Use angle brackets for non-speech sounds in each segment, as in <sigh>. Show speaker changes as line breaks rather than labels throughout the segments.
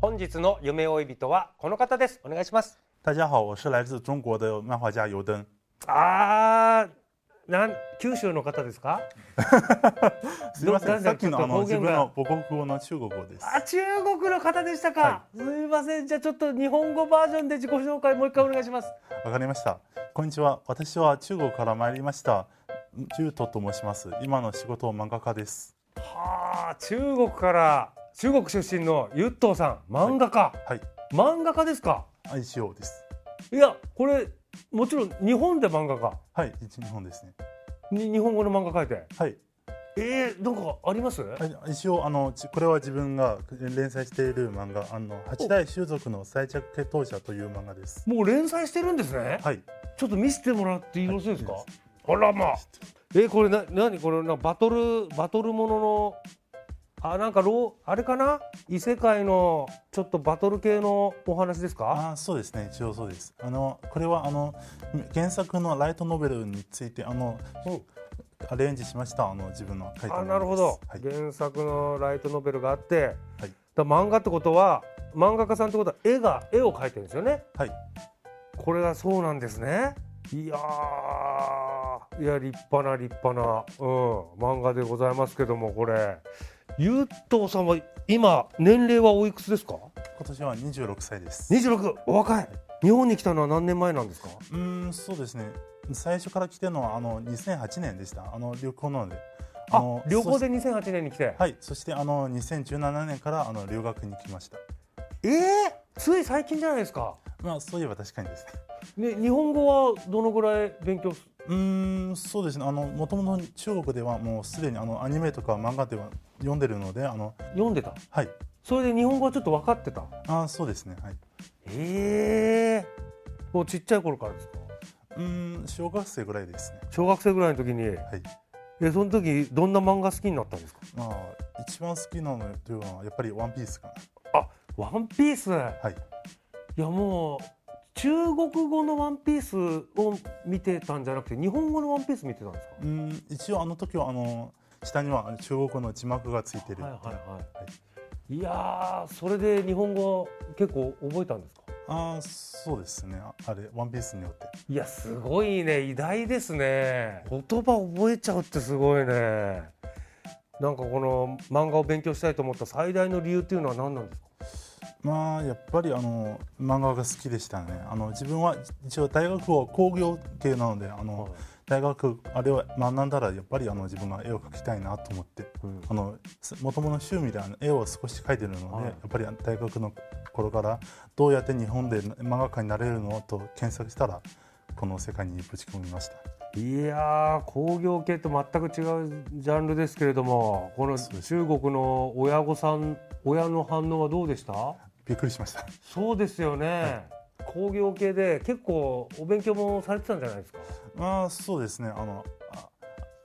本日の夢追い人はこの方ですお願いします
大家好，我是来自中国的漫画家尤登。
あーなん九州の方ですか
すみませ
ど
ん、さっきのあ
ど
の
うぞ
自分の母国語の中国語です。
あ中国の方でしたか、
は
すみませんじゃあちょっと日本語バージョンで自己紹介もう一回お願いします
わかりました。こんにちは。私は中国から参りました。ジュートと申します。今の仕事は漫画家です。
はあ中国から中国出身のゆっとうさん漫画家、
はい、
漫画家ですか
あ一応です。
いやこれもちろん日本で漫画家
はい、一日本ですね。
に日本語の漫画描いて
はい、
えー、なんかあります、
あ一応あのちこれは自分が連載している漫画、あの八代習族の最着決闘者という漫画です。
もう連載してるんですね、
はい、
ちょっと見せてもらってよろしいですか、
はい
あらまあえー、これな何これなんかバトルバトルもののあなんかローあれかな異世界のちょっとバトル系のお話ですか
あそうですね一応そうですあのこれはあの原作のライトノベルについてあの
うん
アレンジしましたあの自分の書いた
あ
ものです
なるほど、
はい、
原作のライトノベルがあって、
はい
だ漫画ってことは漫画家さんってことは絵が絵を描いてるんですよね
はい
これがそうなんですねいやーいや立派な立派な、うん、漫画でございますけどもこれゆっとうさんは今年齢はおいくつですか
今年は二十六歳です
26お若い日本に来たのは何年前なんですか
うーんそうですね最初から来てるのはあの2008年でしたあの旅行なのであ
あ
の
旅行
そし
で2008年に来て、
はいそしてあの2017年からあの留学に来ました
えー、つい最近じゃないですか、
まあそういえば確かにですね
ね、日本語はどのぐらい勉強す
うーんそうですねあのもともと中国ではもうすでにあのアニメとか漫画では読んでるのであの
読んでた
はい
それで日本語はちょっと分かってた
あそうですねはい
ええもうちっちゃい頃からですか
うーん小学生ぐらいですね
小学生ぐらいの時に
はい
えその時どんな漫画好きになったんですか
まあ一番好きなのというのはやっぱりワンピースか
ワンピース
なはい
いやもう中国語のワンピースを見てたんじゃなくて日本語のワンピース見てたんですか
うーん一応あの時はあの下には中国語の字幕がついてる、
はいはいはいいやーそれで日本語結構覚えたんですか
ああそうですねああれワンピースによって
いやすごいね偉大ですね言葉覚えちゃうってすごいねなんかこの漫画を勉強したいと思った最大の理由っていうのは何なんですか
まあやっぱりあの漫画が好きでしたねあの自分は一応大学は工業系なのであの、大学あれを学んだらやっぱりあの自分が絵を描きたいなと思って
うん
あのもともと趣味であの絵を少し描いてるので、
はい
やっぱり大学の頃からどうやって日本で漫画家になれるのと検索したらこの世界にぶち込みました
いやー工業系と全く違うジャンルですけれどもこの
そうです
中国の親御さん親の反応はどうでした
びっくりしました
そうですよね、工業系で結構お勉強もされてたんじゃないですか
まあそうですねあのあ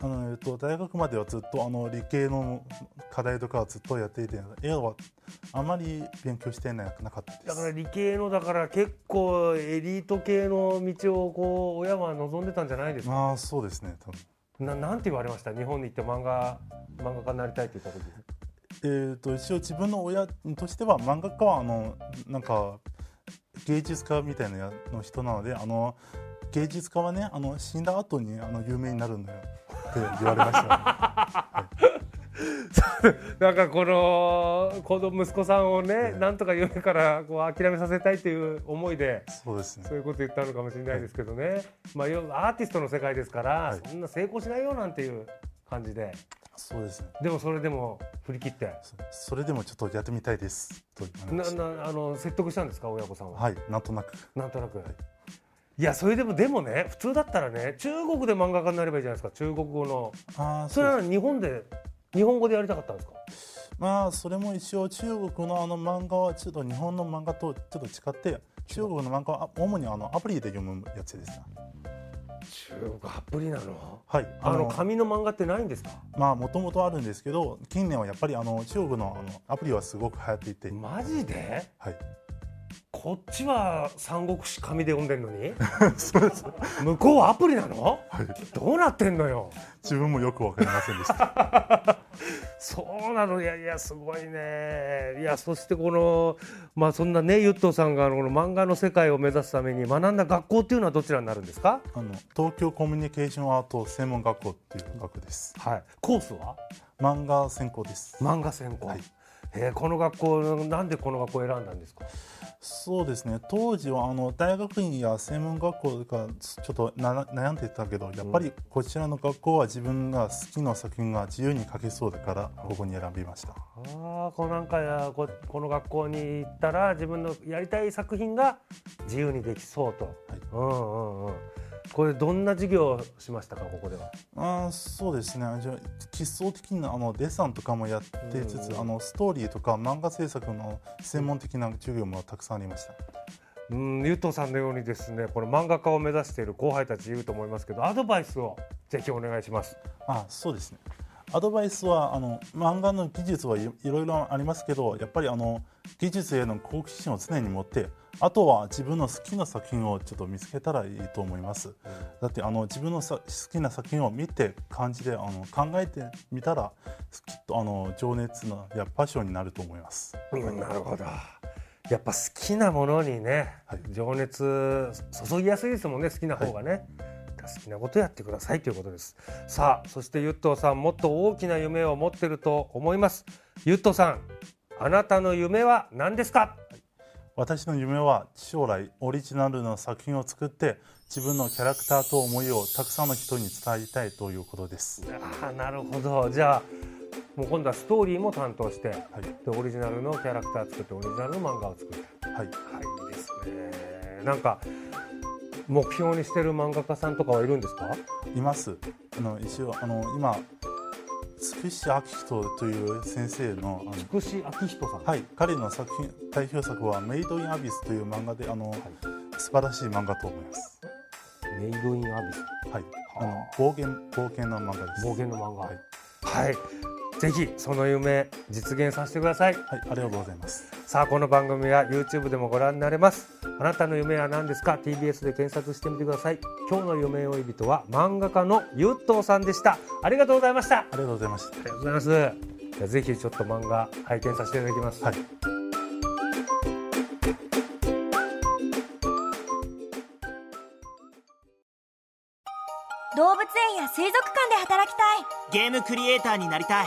あの、えっと、大学まではずっとあの理系の課題とかはずっとやっていて絵はあまり勉強してななかったで
だ
す
から理系のだから結構エリート系の道をこう親は望んでたんじゃないですか
まあそうですね多分
ななんて言われました日本に行って漫画漫画家になりたいって言った時
えー、と一応自分の親としては漫画家はあのなんか芸術家みたいなやの人なのであの芸術家はねあの死んだ後にあの有名になるんだよって言われました
<laughs> なんかこの子供息子さんをね、
ええ
なんとか夢からこう諦めさせたいという思いで
そうですね
そういうこと言ったのかもしれないですけどね、まあ、要はアーティストの世界ですから、
い
そんな成功しないよなんていう感じで
そうですね
でもそれでも振り切って
そそれでもちょっとやってみたいですと言わ
な
れました
なあの説得したんですか親子さんは、
はいなんとなく
なんとなく。いやそれでもでもね普通だったらね中国で漫画家になればいいじゃないですか中国語の
ああ
そ
そ
れ
う
は日本で日本語でやりたかったんですか
まあそれも一応中国のあの漫画はちょっと日本の漫画とちょっと違って中国の漫画はあ主にあのアプリで読むやつですね
中国アプリなの
はい
あの紙の漫画ってないんですか
まあもともとあるんですけど近年はやっぱりあの中国のあのアプリはすごく流行っていて、
マジで
はい、
こっちは三国志紙で読んでんの <laughs> に
そうです
向こうはアプリなの、どうなってんのよ
自分もよくわかりませんでした <laughs>
そうなのいやいやすごいねいやそしてこのまあそんなねゆっとさんがあのこの漫画の世界を目指すために学んだ学校っていうのはどちらになるんですか
あの東京コミュニケーションアート専門学校っていう学校です
はいコースは
漫画専攻です、
漫画専攻、
はい
えーこの学校なんでこの学校を選んだんですか
そうですね当時はあの大学院や専門学校がちょっとな悩んでたけどやっぱりこちらの学校は自分が好きな作品が自由に書けそうだからここに選びました
ああこうなんかやここの学校に行ったら自分のやりたい作品が自由にできそうと、うんうんうんこれどんな授業をしましたかここでは
あーそうですねじゃあ基礎的なあのデッサンとかもやってつつ、
うん
あのストーリーとか漫画制作の専門的な授業もたくさんありました、
うんゆとさんのようにですねこの漫画家を目指している後輩たちいると思いますけどアドバイスをぜひお願いします
あそうですねアドバイスはあの漫画の技術はいいろいろありますけどやっぱりあの技術への好奇心を常に持ってあとは自分の好きな作品をちょっと見つけたらいいと思います、だってあの自分のさ好きな作品を見て感じであの考えてみたらきっとあの情熱のやパッションになると思います
うんなるほどやっぱ好きなものにね、
はい
情熱注ぎやすいですもんね好きな方がね、好きなことやってくださいということですさあそしてゆっとうさんもっと大きな夢を持ってると思いますゆっとうさんあなたの夢は何ですか
私の夢は将来オリジナルの作品を作って自分のキャラクターと思いをたくさんの人に伝えたいということです。は
ああなるほどじゃあもう今度はストーリーも担当して
い、
でオリジナルのキャラクター作ってオリジナルの漫画を作る
はい、
はいいいですねなんか目標にしてる漫画家さんとかはいるんですか
います。あの一応あの今つくしあきひとという先生のあの
福士明人さん
はい彼の作品代表作はメイドインアビスという漫画であの、素晴らしい漫画と思います。
メイドインアビス
はい、あの冒険冒険の漫画です。
冒険の漫画
はい、
はいぜひその夢実現させてください
はい、ありがとうございます。
さあこの番組は YouTube でもご覧になれますあなたの夢は何ですか TBS で検索してみてください今日の夢追い人は漫画家のゆっとうさんでしたありがとうございましたあ
ありがとうございまし
りがとうございますじゃあぜひちょっと漫画拝見させていただきます、
た。はい。
動物園や水族館で働きたい
ゲームクリエイターになりたい